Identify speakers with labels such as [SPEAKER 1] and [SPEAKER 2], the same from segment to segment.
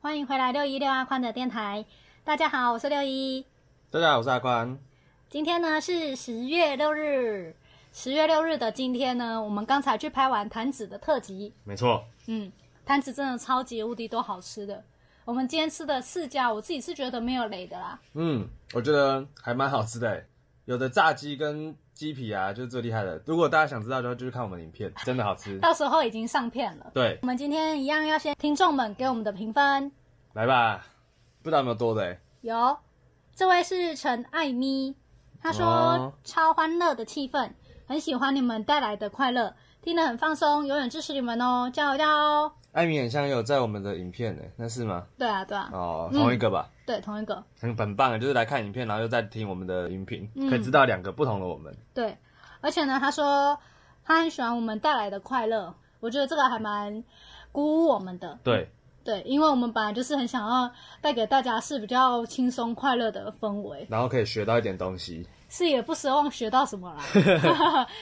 [SPEAKER 1] 欢迎回来六一六阿宽的电台。大家好，我是六一。
[SPEAKER 2] 大家好，我是阿宽。
[SPEAKER 1] 今天呢是十月六日，十月六日的今天呢，我们刚才去拍完坛子的特辑，
[SPEAKER 2] 没错，
[SPEAKER 1] 嗯，坛子真的超级无敌多好吃的。我们今天吃的四家，我自己是觉得没有雷的啦。
[SPEAKER 2] 嗯，我觉得还蛮好吃的欸，有的炸鸡跟鸡皮啊，就是最厉害的。如果大家想知道，就就去看我们的影片，真的好 吃。
[SPEAKER 1] 到时候已经上片了。
[SPEAKER 2] 对，
[SPEAKER 1] 我们今天一样要先听众们给我们的评分，
[SPEAKER 2] 来吧，不知道有没有多的欸，
[SPEAKER 1] 有，这位是陈艾咪，他说、
[SPEAKER 2] 哦
[SPEAKER 1] 超欢乐的气氛，很喜欢你们带来的快乐，听得很放松，永远支持你们哦，加油加油哦！
[SPEAKER 2] 艾米很像有在我们的影片呢，欸那是吗？
[SPEAKER 1] 对啊对啊，
[SPEAKER 2] 哦，同一个吧，
[SPEAKER 1] 对同一个
[SPEAKER 2] 很很棒欸，就是来看影片，然后又再听我们的音频，
[SPEAKER 1] 嗯
[SPEAKER 2] 可以知道两个不同的我们。
[SPEAKER 1] 对，而且呢，他说他很喜欢我们带来的快乐，我觉得这个还蛮鼓舞我们的，
[SPEAKER 2] 对，
[SPEAKER 1] 对，因为我们本来就是很想要带给大家是比较轻松快乐的氛围，
[SPEAKER 2] 然后可以学到一点东西。
[SPEAKER 1] 是也不奢望学到什么啦，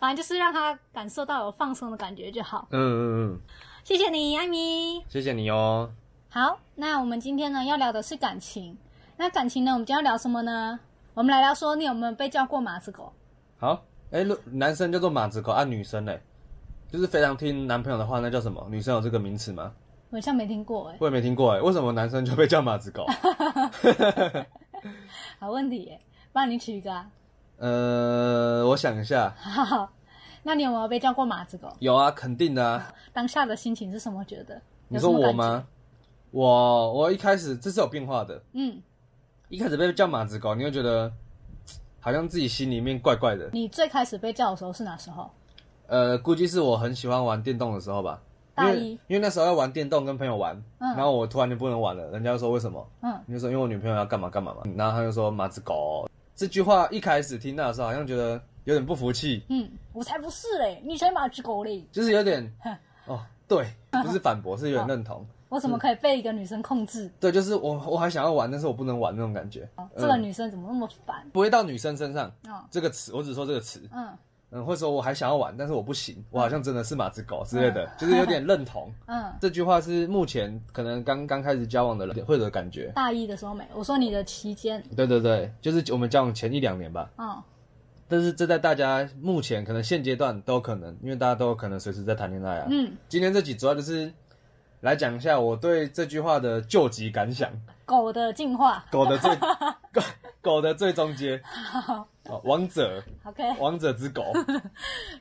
[SPEAKER 1] 反正就是让他感受到有放松的感觉就好。
[SPEAKER 2] 嗯嗯嗯，
[SPEAKER 1] 谢谢你，艾米。
[SPEAKER 2] 谢谢你哦。
[SPEAKER 1] 好，那我们今天呢要聊的是感情。那感情呢，我们今天要聊什么呢？我们来聊说你有没有被叫过马子狗？
[SPEAKER 2] 好，哎、如男生叫做马子狗，啊，女生嘞，就是非常听男朋友的话，那叫什么？女生有这个名词吗？
[SPEAKER 1] 我好像没听过哎、
[SPEAKER 2] 我也没听过哎，为什么男生就被叫马 子狗？
[SPEAKER 1] 好问题哎、帮你取一个啊。
[SPEAKER 2] 呃，我想一下，
[SPEAKER 1] 好，那你有没有被叫过马子狗？
[SPEAKER 2] 有啊，肯定的、啊。
[SPEAKER 1] 当下的心情是什么？觉得？
[SPEAKER 2] 你说
[SPEAKER 1] 有什么
[SPEAKER 2] 我
[SPEAKER 1] 感觉？
[SPEAKER 2] 吗？我我一开始这是有变化的，
[SPEAKER 1] 嗯，
[SPEAKER 2] 一开始被叫马子狗，你会觉得嘖好像自己心里面怪怪的。
[SPEAKER 1] 你最开始被叫的时候是哪时候？
[SPEAKER 2] 呃，估计是我很喜欢玩电动的时候吧，因
[SPEAKER 1] 大
[SPEAKER 2] 为
[SPEAKER 1] 一。
[SPEAKER 2] 因为那时候要玩电动跟朋友玩，
[SPEAKER 1] 嗯
[SPEAKER 2] 然后我突然就不能玩了，人家就说为什么？
[SPEAKER 1] 嗯，
[SPEAKER 2] 你就说因为我女朋友要干嘛干嘛嘛，然后他就说马子狗。这句话一开始听到的时候，好像觉得有点不服气，
[SPEAKER 1] 嗯，我才不是嘞，你才马子狗嘞！
[SPEAKER 2] 就是有点哦，对，不是反驳，是有点认同。
[SPEAKER 1] 我怎么可以被一个女生控制？哦
[SPEAKER 2] 对，就是我我还想要玩，但是我不能玩那种感觉。
[SPEAKER 1] 这个女生怎么那么烦？
[SPEAKER 2] 不会到女生身上
[SPEAKER 1] 哦，
[SPEAKER 2] 这个词，我只说这个词，
[SPEAKER 1] 嗯
[SPEAKER 2] 嗯，或者说我还想要玩，但是我不行，我好像真的是马子狗之类的，就是有点认同。
[SPEAKER 1] 嗯，
[SPEAKER 2] 这句话是目前可能刚刚开始交往的人会有的感觉。
[SPEAKER 1] 大一的时候没，我说你的期间，
[SPEAKER 2] 对对对，就是我们交往前一两年吧，
[SPEAKER 1] 嗯，
[SPEAKER 2] 但是这在大家目前可能现阶段都有可能，因为大家都有可能随时在谈恋爱啊。
[SPEAKER 1] 嗯，
[SPEAKER 2] 今天这集主要就是来讲一下我对这句话的救急感 想。
[SPEAKER 1] 狗的进化
[SPEAKER 2] 狗的最 狗狗的最中间，哦，王者
[SPEAKER 1] ，OK，
[SPEAKER 2] 王者之 狗，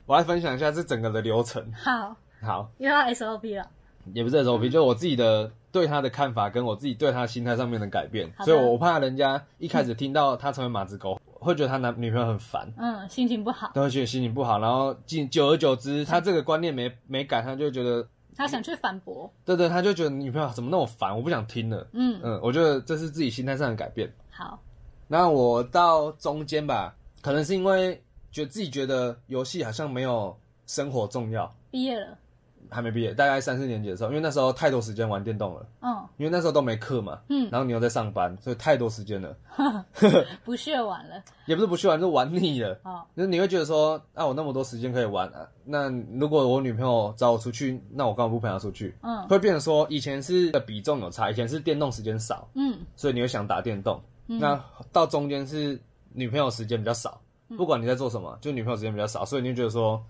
[SPEAKER 2] 我来分享一下这整个的流程。
[SPEAKER 1] 好，
[SPEAKER 2] 好，
[SPEAKER 1] 又要 SOP 了，
[SPEAKER 2] 也不是
[SPEAKER 1] 嗯
[SPEAKER 2] SOP，就是我自己的对他的看法，跟我自己对他心态上面的改变，
[SPEAKER 1] 好的
[SPEAKER 2] 所以我怕人家一开始听到他成为马子狗，会觉得他男女朋友很烦。
[SPEAKER 1] 嗯，心情不好，
[SPEAKER 2] 都会觉得心情不好，然后进久而久之，他这个观念没没改，他就觉得，
[SPEAKER 1] 他想去反驳，
[SPEAKER 2] 对对，他就觉得女朋友怎么那么烦，我不想听了。
[SPEAKER 1] 嗯，
[SPEAKER 2] 嗯，我觉得这是自己心态上的改变。
[SPEAKER 1] 好，
[SPEAKER 2] 那我到中间吧，可能是因为觉得自己觉得游戏好像没有生活重要，
[SPEAKER 1] 毕业了，
[SPEAKER 2] 还没毕业，大概三四年级的时候，因为那时候太多时间玩电动了，
[SPEAKER 1] 嗯，
[SPEAKER 2] 因为那时候都没课嘛，
[SPEAKER 1] 嗯
[SPEAKER 2] 然后你又在上班，所以太多时间了，
[SPEAKER 1] 不屑玩了，
[SPEAKER 2] 也不是不去玩，是玩腻了。
[SPEAKER 1] 哦，
[SPEAKER 2] 就是你会觉得说，啊，我那么多时间可以玩啊，那如果我女朋友找我出去，那我干嘛不陪她出去？
[SPEAKER 1] 嗯
[SPEAKER 2] 会变成说，以前是的比重有差，以前是电动时间少，
[SPEAKER 1] 嗯
[SPEAKER 2] 所以你会想打电动。那到中间是女朋友时间比较少，
[SPEAKER 1] 嗯
[SPEAKER 2] 不管你在做什么，就女朋友时间比较少，所以你就觉得说，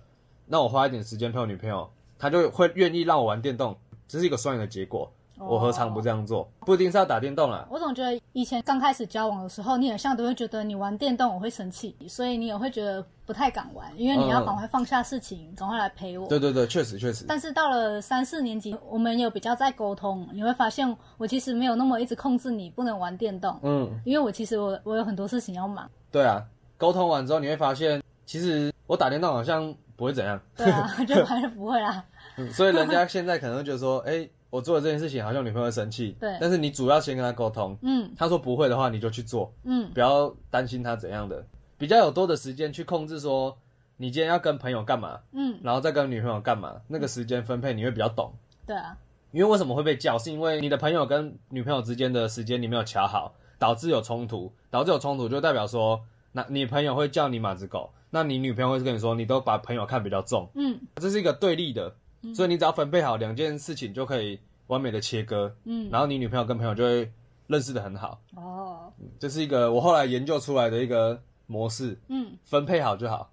[SPEAKER 2] 那我花一点时间陪我女朋友，她就会愿意让我玩电动，这是一个双赢的结果。
[SPEAKER 1] 哦
[SPEAKER 2] 我何尝不这样做？不一定是要打电动啦，
[SPEAKER 1] 我总觉得以前刚开始交往的时候，你很像都会觉得你玩电动我会生气，所以你也会觉得不太敢玩，因为你要
[SPEAKER 2] 嗯
[SPEAKER 1] 赶快放下事情，赶快来陪我。
[SPEAKER 2] 对对对，确实确实，
[SPEAKER 1] 但是到了三四年级，我们有比较在沟通，你会发现我其实没有那么一直控制你不能玩电动，
[SPEAKER 2] 嗯，
[SPEAKER 1] 因为我其实我我有很多事情要 忙。
[SPEAKER 2] 对啊。沟通完之后，你会发现，其实我打电动好像不会怎样，
[SPEAKER 1] 对啊， 就还是不会啦。
[SPEAKER 2] 嗯所以人家现在可能会觉得说，哎、我做了这件事情，好像女朋友会生气。
[SPEAKER 1] 对
[SPEAKER 2] 但是你主要先跟她沟通，
[SPEAKER 1] 嗯
[SPEAKER 2] 她说不会的话，你就去做。
[SPEAKER 1] 嗯
[SPEAKER 2] 不要担心他怎样的，比较有多的时间去控制说你今天要跟朋友干嘛，
[SPEAKER 1] 嗯，
[SPEAKER 2] 然后再跟女朋友干嘛，那个时间分配你会比较懂。
[SPEAKER 1] 对啊，
[SPEAKER 2] 因为为什么会被叫，是因为你的朋友跟女朋友之间的时间你没有卡好，导致有冲突，导致有冲突就代表说，那你朋友会叫你马子狗，那你女朋友会跟你说，你都把朋友看比较重，
[SPEAKER 1] 嗯
[SPEAKER 2] 这是一个对立的，所以你只要分配好两件事情就可以完美的切割，
[SPEAKER 1] 嗯，
[SPEAKER 2] 然后你女朋友跟朋友就会认识的很好，
[SPEAKER 1] 哦，
[SPEAKER 2] 这是一个我后来研究出来的一个模式，
[SPEAKER 1] 嗯，
[SPEAKER 2] 分配好就好。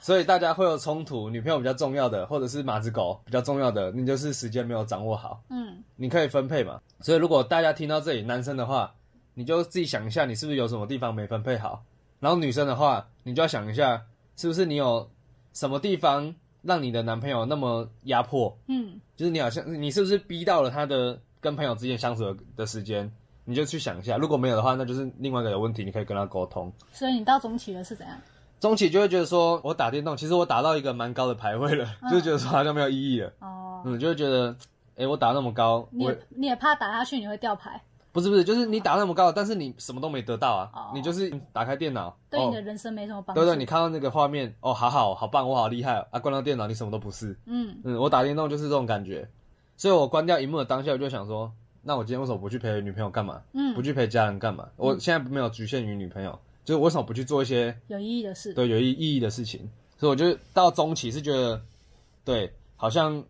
[SPEAKER 2] 所以大家会有冲突，女朋友比较重要的，或者是马子狗比较重要的，你就是时间没有掌握好，
[SPEAKER 1] 嗯，
[SPEAKER 2] 你可以分配嘛。所以如果大家听到这里，男生的话，你就自己想一下，你是不是有什么地方没分配好；然后女生的话，你就要想一下，是不是你有什么地方让你的男朋友那么压迫，
[SPEAKER 1] 嗯，
[SPEAKER 2] 就是你好像你是不是逼到了他的跟朋友之间相处的的时间，你就去想一下。如果没有的话，那就是另外一个有问题，你可以跟他沟通。
[SPEAKER 1] 所以你到中期了是怎样？
[SPEAKER 2] 中期就会觉得说，我打电动，其实我打到一个蛮高的排位了，就觉得说好像没有意义了。
[SPEAKER 1] 哦，
[SPEAKER 2] 嗯，就会觉得，诶，我打那么高，
[SPEAKER 1] 你
[SPEAKER 2] 我
[SPEAKER 1] 也你也怕打下去你会掉牌，
[SPEAKER 2] 不是不是，就是你打那么高，但是你什么都没得到啊，
[SPEAKER 1] 哦
[SPEAKER 2] 你就是打开电脑，
[SPEAKER 1] 对你的
[SPEAKER 2] 哦，
[SPEAKER 1] 人生没什么帮助。
[SPEAKER 2] 对对，你看到那个画面，哦，好好好棒，我好厉害哦啊！关掉电脑，你什么都不是。
[SPEAKER 1] 嗯
[SPEAKER 2] 嗯，我打电动就是这种感觉，所以我关掉荧幕的当下，我就想说，那我今天为什么不去陪女朋友干嘛？不
[SPEAKER 1] 嗯，
[SPEAKER 2] 去陪家人干嘛？我现在没有局限于女朋友，就是我为什么不去做一些
[SPEAKER 1] 有意义的事。
[SPEAKER 2] 对有意意义的事情？所以我就到中期是觉得，对，好像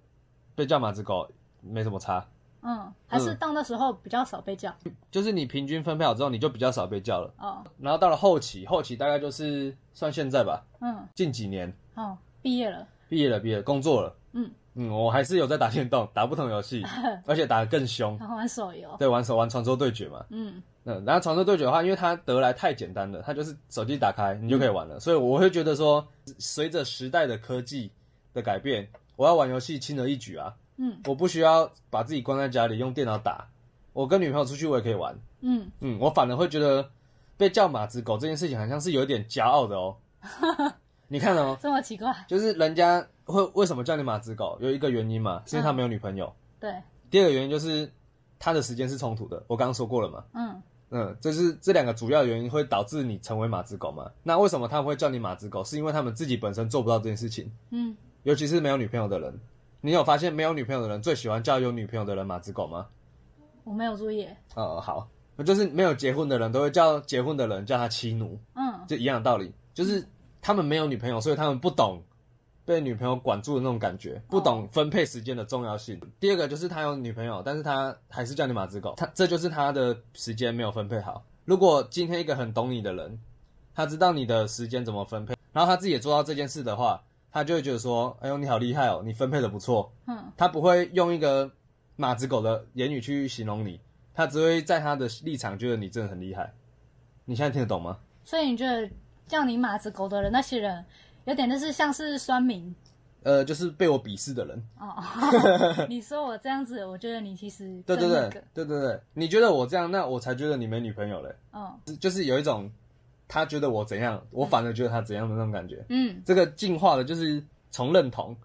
[SPEAKER 2] 被叫马子狗没什么差，
[SPEAKER 1] 嗯，还是到那时候比较少被叫。
[SPEAKER 2] 就是你平均分配好之后，你就比较少被叫了。
[SPEAKER 1] 哦，
[SPEAKER 2] 然后到了后期，后期大概就是算现在吧，
[SPEAKER 1] 嗯，
[SPEAKER 2] 近几年
[SPEAKER 1] 哦，毕业了，
[SPEAKER 2] 毕业了，毕业了工作了，
[SPEAKER 1] 嗯
[SPEAKER 2] 嗯，我还是有在打电动， 打不同游戏，而且打得更凶。
[SPEAKER 1] 然后玩手游。
[SPEAKER 2] 对，玩手玩传说对决嘛，
[SPEAKER 1] 嗯
[SPEAKER 2] 嗯，然后传说对决的话，因为它得来太简单了，它就是手机打开你就可以玩了，所以我会觉得说，随着时代的科技的改变，我要玩游戏轻而易举啊，
[SPEAKER 1] 嗯
[SPEAKER 2] 我不需要把自己关在家里用电脑打，我跟女朋友出去我也可以玩，
[SPEAKER 1] 嗯，
[SPEAKER 2] 嗯，我反而会觉得被叫马子狗这件事情好像是有点骄傲的哦，你看哦，
[SPEAKER 1] 这么奇怪。
[SPEAKER 2] 就是人家会为什么叫你马子狗，有一个原因嘛，是因为他没有女朋友，
[SPEAKER 1] 对，
[SPEAKER 2] 第二个原因就是他的时间是冲突的，我刚刚说过了嘛。
[SPEAKER 1] 嗯
[SPEAKER 2] 嗯，这是这两个主要原因会导致你成为马子狗嘛？那为什么他们会叫你马子狗？是因为他们自己本身做不到这件事情，
[SPEAKER 1] 嗯，
[SPEAKER 2] 尤其是没有女朋友的人。你有发现没有女朋友的人最喜欢叫有女朋友的人马子狗吗？
[SPEAKER 1] 我没有注意。
[SPEAKER 2] 呃，好，就是没有结婚的人都会叫结婚的人叫他妻奴，
[SPEAKER 1] 嗯
[SPEAKER 2] 就一样的道理，就是他们没有女朋友，所以他们不懂被女朋友管住的那种感觉，不懂分配时间的重要性。第二个就是他有女朋友，但是他还是叫你马子狗，他这就是他的时间没有分配好。如果今天一个很懂你的人，他知道你的时间怎么分配，然后他自己也做到这件事的话，他就会觉得说：“哎呦，你好厉害哦，你分配的不错。
[SPEAKER 1] 嗯”
[SPEAKER 2] 他不会用一个马子狗的言语去形容你，他只会在他的立场觉得你真的很厉害。你现在听得懂吗？
[SPEAKER 1] 所以你觉得叫你马子狗的人那些人，有点就是像是酸民
[SPEAKER 2] 呃，就是被我鄙视的人。
[SPEAKER 1] 哦。你说我这样子，我觉得你其实
[SPEAKER 2] 对对
[SPEAKER 1] 更那
[SPEAKER 2] 对
[SPEAKER 1] 个，
[SPEAKER 2] 对对对，你觉得我这样，那我才觉得你没女朋友嘞。
[SPEAKER 1] 哦，
[SPEAKER 2] 是就是有一种他觉得我怎样，我反而觉得他怎样的那种感觉。
[SPEAKER 1] 嗯
[SPEAKER 2] 这个进化的就是从认同，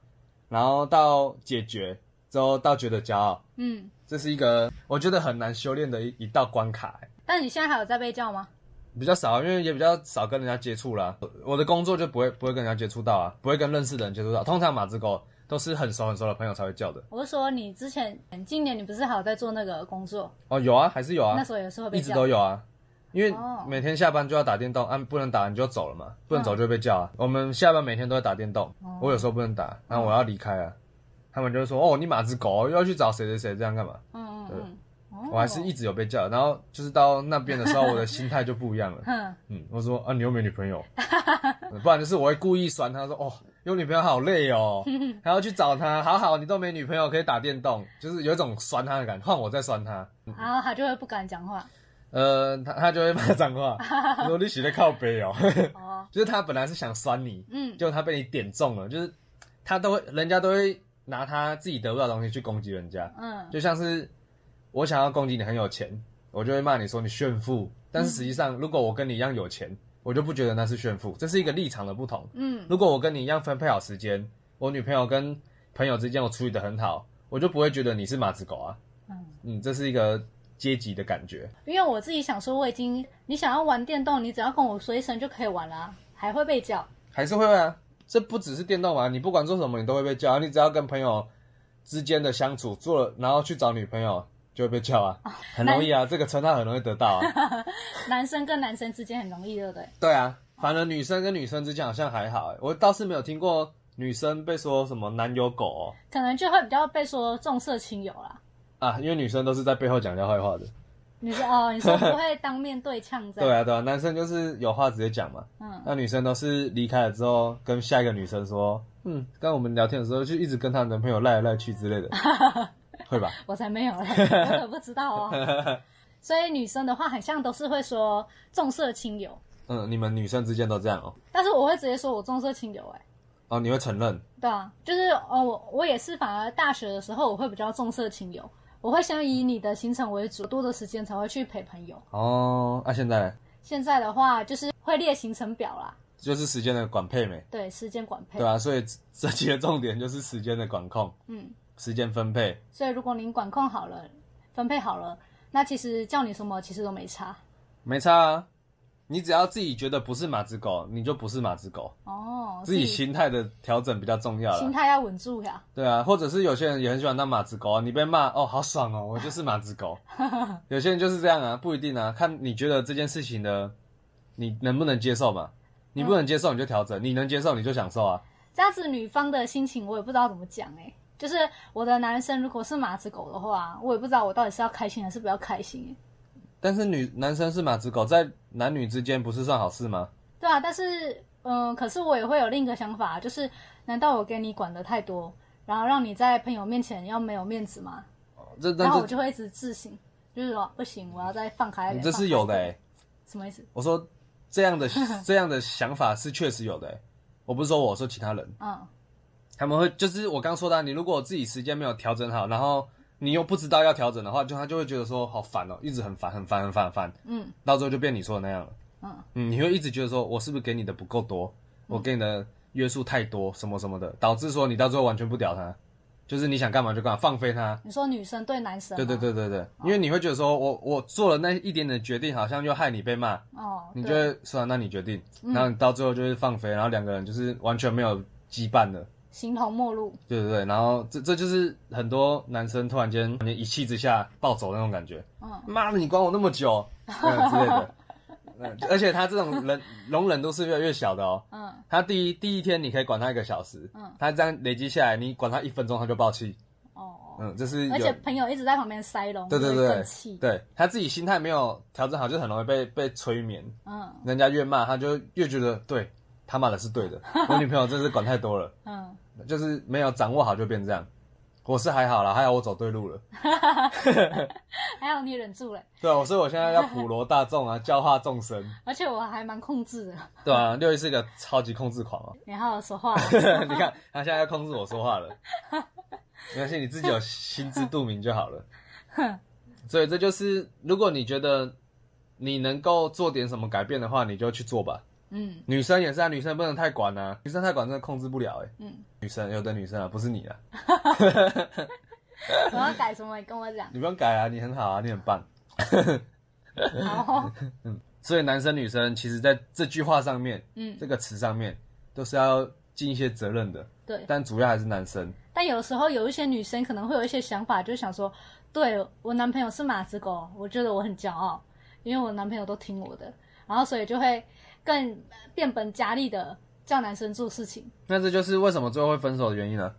[SPEAKER 2] 然后到解决，之后到觉得骄傲，
[SPEAKER 1] 嗯。
[SPEAKER 2] 这是一个我觉得很难修炼的一一道关卡、欸
[SPEAKER 1] 但你现在还有在被叫吗？
[SPEAKER 2] 比较少，因为也比较少跟人家接触啦。我的工作就不会不会跟人家接触到啊，不会跟认识的人接触到。通常马子狗都是很熟很熟的朋友才会叫的。
[SPEAKER 1] 我是说你之前今年你不是还有在做那个工作，
[SPEAKER 2] 哦，有啊，还是有啊。
[SPEAKER 1] 那时候有时候被
[SPEAKER 2] 一直
[SPEAKER 1] 叫。
[SPEAKER 2] 都有啊，因为
[SPEAKER 1] 哦嗯
[SPEAKER 2] 每天下班就要打电动，啊，不能打你就走了嘛，不能走就会被叫啊。我们下班每天都在打电动，
[SPEAKER 1] 哦
[SPEAKER 2] 我有时候不能打，然
[SPEAKER 1] 嗯
[SPEAKER 2] 后我要离开啊，他们就会说哦，你马子狗又要去找谁谁谁这样干嘛？
[SPEAKER 1] 嗯嗯嗯。
[SPEAKER 2] 我还是一直有被叫，然后就是到那边的时候，我的心态就不一 样了。
[SPEAKER 1] 哼，
[SPEAKER 2] 嗯，我说啊，你又没女朋友， 不然就是我会故意酸他说哦，有女朋友好累哦， 还要去找她，好好你都没女朋友可以打电动，就是有一种酸他的感觉，换我再酸他。
[SPEAKER 1] 然后他就会不敢讲 话。
[SPEAKER 2] 呃，他他就会骂脏话，他说你写的靠背哦，
[SPEAKER 1] 哦，
[SPEAKER 2] 就是他本来是想酸你，
[SPEAKER 1] 嗯，
[SPEAKER 2] 结果他被你点中了，就是他都会，人家都会拿他自己得不到的东西去攻击人家，
[SPEAKER 1] 嗯
[SPEAKER 2] 就像是我想要攻击你很有钱，我就会骂你说你炫富，但是实际上如果我跟你一样有钱，我就不觉得那是炫富，这是一个立场的不同。
[SPEAKER 1] 嗯
[SPEAKER 2] 如果我跟你一样分配好时间，我女朋友跟朋友之间我处理的很好，我就不会觉得你是马子狗啊，
[SPEAKER 1] 嗯，
[SPEAKER 2] 嗯，这是一个阶级的感觉。
[SPEAKER 1] 因为我自己想说，我已经你想要玩电动，你只要跟我说一声就可以玩啦、还会被叫。
[SPEAKER 2] 还是会啊。这不只是电动啊玩，你不管做什么，你都会被叫啊。你只要跟朋友之间的相处做了，然后去找女朋友，就会被叫啊，很容易啊。这个称号很容易得到啊。
[SPEAKER 1] 男生跟男生之间很容易，对不对？
[SPEAKER 2] 对啊，反而女生跟女生之间好像还好欸、我倒是没有听过女生被说什么男友狗、哦。
[SPEAKER 1] 可能就会比较被说重色轻友啦。
[SPEAKER 2] 啊，因为女生都是在背后讲人家坏话的。
[SPEAKER 1] 你说 哦，你说不会当面对呛这
[SPEAKER 2] 对
[SPEAKER 1] 样，
[SPEAKER 2] 啊，对啊，男生就是有话直接讲嘛。
[SPEAKER 1] 嗯，
[SPEAKER 2] 那女生都是离开了之后，跟下一个女生说，嗯，刚刚我们聊天的时候就一直跟她男朋友赖来赖去之类的，会吧？
[SPEAKER 1] 我才没有 嘞，我可不知道哦。所以女生的话，好像都是会说重色轻友，
[SPEAKER 2] 嗯，你们女生之间都这样哦、
[SPEAKER 1] 但是我会直接说我重色轻友、欸，哎，
[SPEAKER 2] 哦，你会承认？
[SPEAKER 1] 对啊，就是哦，我我也是，反而大学的时候我会比较重色轻友，我会先以你的行程为主，多的时间才会去陪朋友。
[SPEAKER 2] 哦，那、现在
[SPEAKER 1] 现在的话，就是会列行程表啦，
[SPEAKER 2] 就是时间的管配没？
[SPEAKER 1] 对，时间管配，
[SPEAKER 2] 对啊，所以这这期的重点就是时间的管控，
[SPEAKER 1] 嗯，
[SPEAKER 2] 时间分配。
[SPEAKER 1] 所以如果您管控好了，分配好了，那其实叫你什么其实都没差
[SPEAKER 2] 没差啊，你只要自己觉得不是马子狗，你就不是马子狗，
[SPEAKER 1] 哦，
[SPEAKER 2] 自己心态的调整比较重要
[SPEAKER 1] 心
[SPEAKER 2] 啦。
[SPEAKER 1] 态要稳住呀。
[SPEAKER 2] 对啊，或者是有些人也很喜欢当马子狗啊，你被骂哦，好爽哦，我就是马子 狗。有些人就是这样啊，不一定啊，看你觉得这件事情的你能不能接受嘛。你不能接受你就调整，你能接受你就享受啊。
[SPEAKER 1] 这样子女方的心情我也不知道怎么讲哎、就是我的男生如果是马子狗的话，我也不知道我到底是要开心还是不要开心哎、
[SPEAKER 2] 但是女男生是马子狗，在男女之间不是算好事吗？
[SPEAKER 1] 对啊，但是嗯、可是我也会有另一个想法，就是难道我给你管的太多，然后让你在朋友面前要没有面子吗？
[SPEAKER 2] 这
[SPEAKER 1] 然
[SPEAKER 2] 但
[SPEAKER 1] 后我
[SPEAKER 2] 是
[SPEAKER 1] 就会一直自省，就是说不行，我要再放开一
[SPEAKER 2] 你
[SPEAKER 1] 点。
[SPEAKER 2] 这
[SPEAKER 1] 放开
[SPEAKER 2] 是
[SPEAKER 1] 一
[SPEAKER 2] 有的
[SPEAKER 1] 点
[SPEAKER 2] 欸
[SPEAKER 1] 什么意思？
[SPEAKER 2] 我说这样 的这样的想法是确实有的欸、我不是说我我说其他人，
[SPEAKER 1] 嗯，
[SPEAKER 2] 他们会就是我刚说的啊、你如果自己时间没有调整好，然后你又不知道要调整的话，就他就会觉得说好烦哦、一直很烦很烦很烦很烦，
[SPEAKER 1] 嗯，
[SPEAKER 2] 到最后就变你说的那样了，
[SPEAKER 1] 嗯
[SPEAKER 2] 你会一直觉得说我是不是给你的不够多，我给你的约束太多什么什么的，导致说你到最后完全不屌他，就是你想干嘛就干嘛，放飞他。
[SPEAKER 1] 你说女生对男生？哦
[SPEAKER 2] 对对。对对对，因为你会觉得说我我做了那一点点决定，好像又害你被骂，
[SPEAKER 1] 哦，
[SPEAKER 2] 你就
[SPEAKER 1] 对，
[SPEAKER 2] 会说那你决定，
[SPEAKER 1] 嗯
[SPEAKER 2] 然后你到最后就是放飞，然后两个人就是完全没有羁绊的，
[SPEAKER 1] 形同陌路。
[SPEAKER 2] 对对对，然后这这就是很多男生突然间你一气之下暴走那种感觉，
[SPEAKER 1] 嗯
[SPEAKER 2] 妈的你管我那 么久、嗯、之类的，嗯而且他这种人容忍度是越来越小的哦，
[SPEAKER 1] 嗯，
[SPEAKER 2] 他第一第一天你可以管他一个小时，
[SPEAKER 1] 嗯
[SPEAKER 2] 他这样累积下来，你管他一分钟他就爆气，
[SPEAKER 1] 哦，
[SPEAKER 2] 嗯，这是
[SPEAKER 1] 而
[SPEAKER 2] 有
[SPEAKER 1] 且朋友一直在旁边塞龙，
[SPEAKER 2] 对对
[SPEAKER 1] 你会更
[SPEAKER 2] 对
[SPEAKER 1] 气。
[SPEAKER 2] 对，他自己心态没有调整好，就很容易被被催眠。
[SPEAKER 1] 嗯
[SPEAKER 2] 人家越骂，他就越觉得对他骂的 是对的。我女朋友真是管太多了，
[SPEAKER 1] 嗯，
[SPEAKER 2] 就是没有掌握好就变这样。我是还好啦，还好我走对路了。
[SPEAKER 1] 还好你忍住了，
[SPEAKER 2] 对啊，所以我现在要普罗大众啊，教化众生，
[SPEAKER 1] 而且我还蛮控制的，
[SPEAKER 2] 对啊，六一是个超级控制狂啊。
[SPEAKER 1] 你好好说话。
[SPEAKER 2] 你看他现在要控制我说话了，没关系，你自己有心知肚明就好了。所以这就是，如果你觉得你能够做点什么改变的话，你就去做吧。
[SPEAKER 1] 嗯
[SPEAKER 2] 女生也是啊，女生不能太管啊，女生太管真的控制不了哎、
[SPEAKER 1] 嗯，
[SPEAKER 2] 女生有的女生啊，不是你啊，
[SPEAKER 1] 我要改什么？你跟我讲。
[SPEAKER 2] 你不用改啊，你很好啊，你很棒。
[SPEAKER 1] 好，哦
[SPEAKER 2] 所以男生女生其实在这句话上面，
[SPEAKER 1] 嗯，
[SPEAKER 2] 这个词上面都是要尽一些责任的，
[SPEAKER 1] 对。
[SPEAKER 2] 但主要还是男生。
[SPEAKER 1] 但有时候有一些女生可能会有一些想法，就想说，对我男朋友是马子狗，我觉得我很骄傲，因为我男朋友都听我的，然后所以就会更变本加厉的叫男生做事情。
[SPEAKER 2] 那这就是为什么最后会分手的原因呢、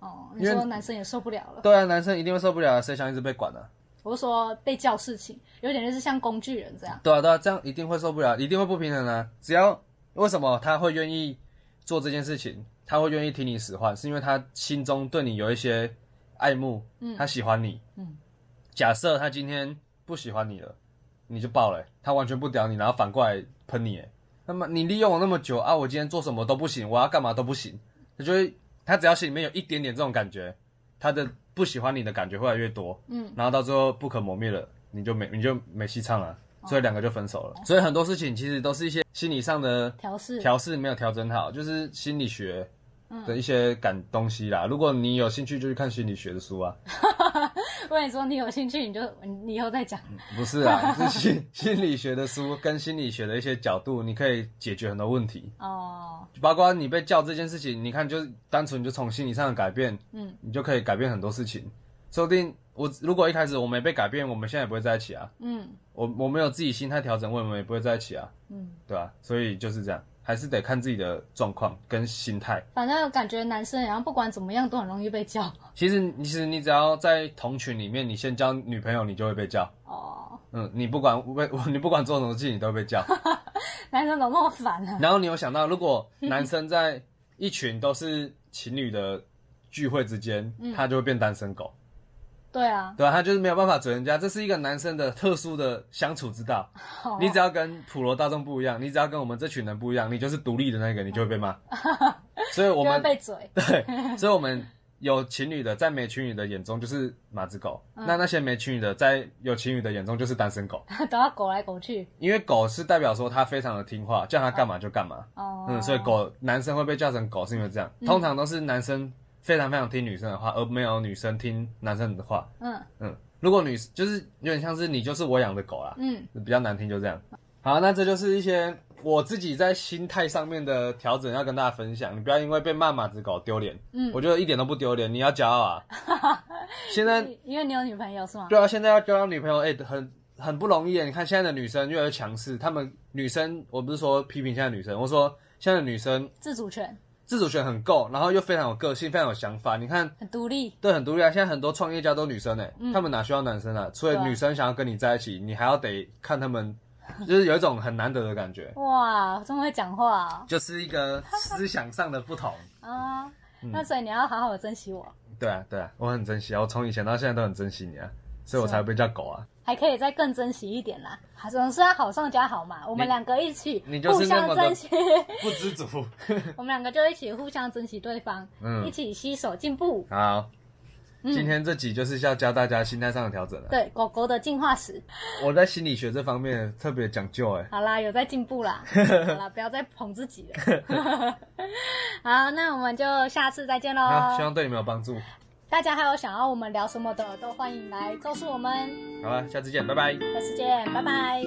[SPEAKER 1] 哦，你
[SPEAKER 2] 因为
[SPEAKER 1] 说男生也受不了了，
[SPEAKER 2] 对啊，男生一定会受不了啊，谁想一直被管呢、啊？
[SPEAKER 1] 我是说被叫事情，有点就是像工具人这样。
[SPEAKER 2] 对啊，对啊，这样一定会受不了，一定会不平衡啊！只要为什么他会愿意做这件事情，他会愿意听你使唤，是因为他心中对你有一些爱慕，
[SPEAKER 1] 嗯
[SPEAKER 2] 他喜欢你，
[SPEAKER 1] 嗯。
[SPEAKER 2] 假设他今天不喜欢你了，你就爆了欸、他完全不屌你，然后反过来喷你、欸，那么你利用我那么久啊，我今天做什么都不行，我要干嘛都不行，他就会，他只要心里面有一点点这种感觉，他的不喜欢你的感觉会越来越多，
[SPEAKER 1] 嗯，
[SPEAKER 2] 然后到最后不可磨灭了，你就没你就没戏唱了，所以两个就分手了。所以很多事情其实都是一些心理上的
[SPEAKER 1] 调试，
[SPEAKER 2] 调试没有调整好，就是心理学的一些感东西啦。如果你有兴趣，就去看心理学的书啊，
[SPEAKER 1] 如果你说你有兴趣，你就你以后再讲。
[SPEAKER 2] 不是啊，是心心理学的书跟心理学的一些角度，你可以解决很多问题，
[SPEAKER 1] 哦，
[SPEAKER 2] 包括你被叫这件事情，你看就单纯就从心理上的改变，
[SPEAKER 1] 嗯，
[SPEAKER 2] 你就可以改变很多事情。说不定我如果一开始我没被改变，我们现在也不会在一起啊。
[SPEAKER 1] 嗯
[SPEAKER 2] 我我没有自己心态调整，我们也不会在一起啊，
[SPEAKER 1] 嗯，
[SPEAKER 2] 对吧、所以就是这样，还是得看自己的状况跟心态。
[SPEAKER 1] 反正感觉男生，然后不管怎么样都很容易被叫
[SPEAKER 2] 其实，其实你只要在同群里面，你先交女朋友，你就会被叫。
[SPEAKER 1] 哦。
[SPEAKER 2] 嗯，你不管为 你不管做什么事情，你都会被叫。
[SPEAKER 1] 男生怎么那么烦啊？
[SPEAKER 2] 然后你有想到，如果男生在一群都是情侣的聚会之间，他就会变单身狗，
[SPEAKER 1] 对啊，
[SPEAKER 2] 对吧、他就是没有办法追人家，这是一个男生的特殊的相处之道。
[SPEAKER 1] 好
[SPEAKER 2] 你只要跟普罗大众不一样，你只要跟我们这群人不一样，你就是独立的那个，你就会 被骂。所以我
[SPEAKER 1] 就会
[SPEAKER 2] 们
[SPEAKER 1] 被 嘴。
[SPEAKER 2] 对，所以我们有情侣的，在没情侣的眼中就是马子狗，
[SPEAKER 1] 嗯
[SPEAKER 2] 那那些没情侣的，在有情侣的眼中就是单 身狗，
[SPEAKER 1] 都要狗来狗去
[SPEAKER 2] 因为狗是代表说它非常的听话，叫它干嘛就干嘛。
[SPEAKER 1] 哦。嗯
[SPEAKER 2] 嗯，所以狗男生会被叫成狗是因为这样，通常都是男生非常非常听女生的话，而没有女生听男生的话。
[SPEAKER 1] 嗯
[SPEAKER 2] 嗯，如果女就是有点像是你就是我养的狗啦，
[SPEAKER 1] 嗯，
[SPEAKER 2] 比较难听就这样。好，那这就是一些我自己在心态上面的调整，要跟大家分享。你不要因为被骂马子狗丢脸，
[SPEAKER 1] 嗯
[SPEAKER 2] 我觉得一点都不丢脸，你要骄傲啊。现在
[SPEAKER 1] 因因为你有女朋友是吗？
[SPEAKER 2] 对啊，现在要交到女朋友，哎、很很不容易耶。你看现在的女生越来越强势，她们女生，我不是说批评现在的女生，我说现在的女生
[SPEAKER 1] 自主权
[SPEAKER 2] 自主权很够，然后又非常有个性，非常有想法。你看，
[SPEAKER 1] 很独立，
[SPEAKER 2] 对，很独立啊。现在很多创业家都女生哎、她、们哪需要男生啊？所
[SPEAKER 1] 嗯
[SPEAKER 2] 以
[SPEAKER 1] 对啊
[SPEAKER 2] 女生想要跟你在一起，你还要得看她们，就是有一种很难得的感觉。
[SPEAKER 1] 哇，这么会讲话啊
[SPEAKER 2] 就是一个思想上的不同。
[SPEAKER 1] 啊！
[SPEAKER 2] 嗯
[SPEAKER 1] 那所以你要好好的珍惜我，
[SPEAKER 2] 对啊，对啊，我很珍惜啊，我从以前到现在都很珍惜你啊，所以我才被叫狗啊。
[SPEAKER 1] 还可以再更珍惜一点啦。总是要好上加好嘛，我们
[SPEAKER 2] 你
[SPEAKER 1] 两个一起
[SPEAKER 2] 你就
[SPEAKER 1] 互
[SPEAKER 2] 是那
[SPEAKER 1] 相
[SPEAKER 2] 么
[SPEAKER 1] 珍
[SPEAKER 2] 的
[SPEAKER 1] 惜，
[SPEAKER 2] 不知足。
[SPEAKER 1] 我们两个就一起互相珍惜对方，
[SPEAKER 2] 嗯
[SPEAKER 1] 一起携手进步。
[SPEAKER 2] 好，
[SPEAKER 1] 嗯
[SPEAKER 2] 今天这集就是要教大家心态上的调整了、
[SPEAKER 1] 对，狗狗的进化史。
[SPEAKER 2] 我在心理学这方面特别讲究哎、
[SPEAKER 1] 好啦，有在进步 啦。好啦，不要再捧自己了。 好，那我们就下次再见喽。
[SPEAKER 2] 好，希望对你们有帮助。
[SPEAKER 1] 大家还有想要我们聊什么的，都欢迎来告诉我们。
[SPEAKER 2] 啊好了，下次见，拜拜。
[SPEAKER 1] 下次见，拜拜。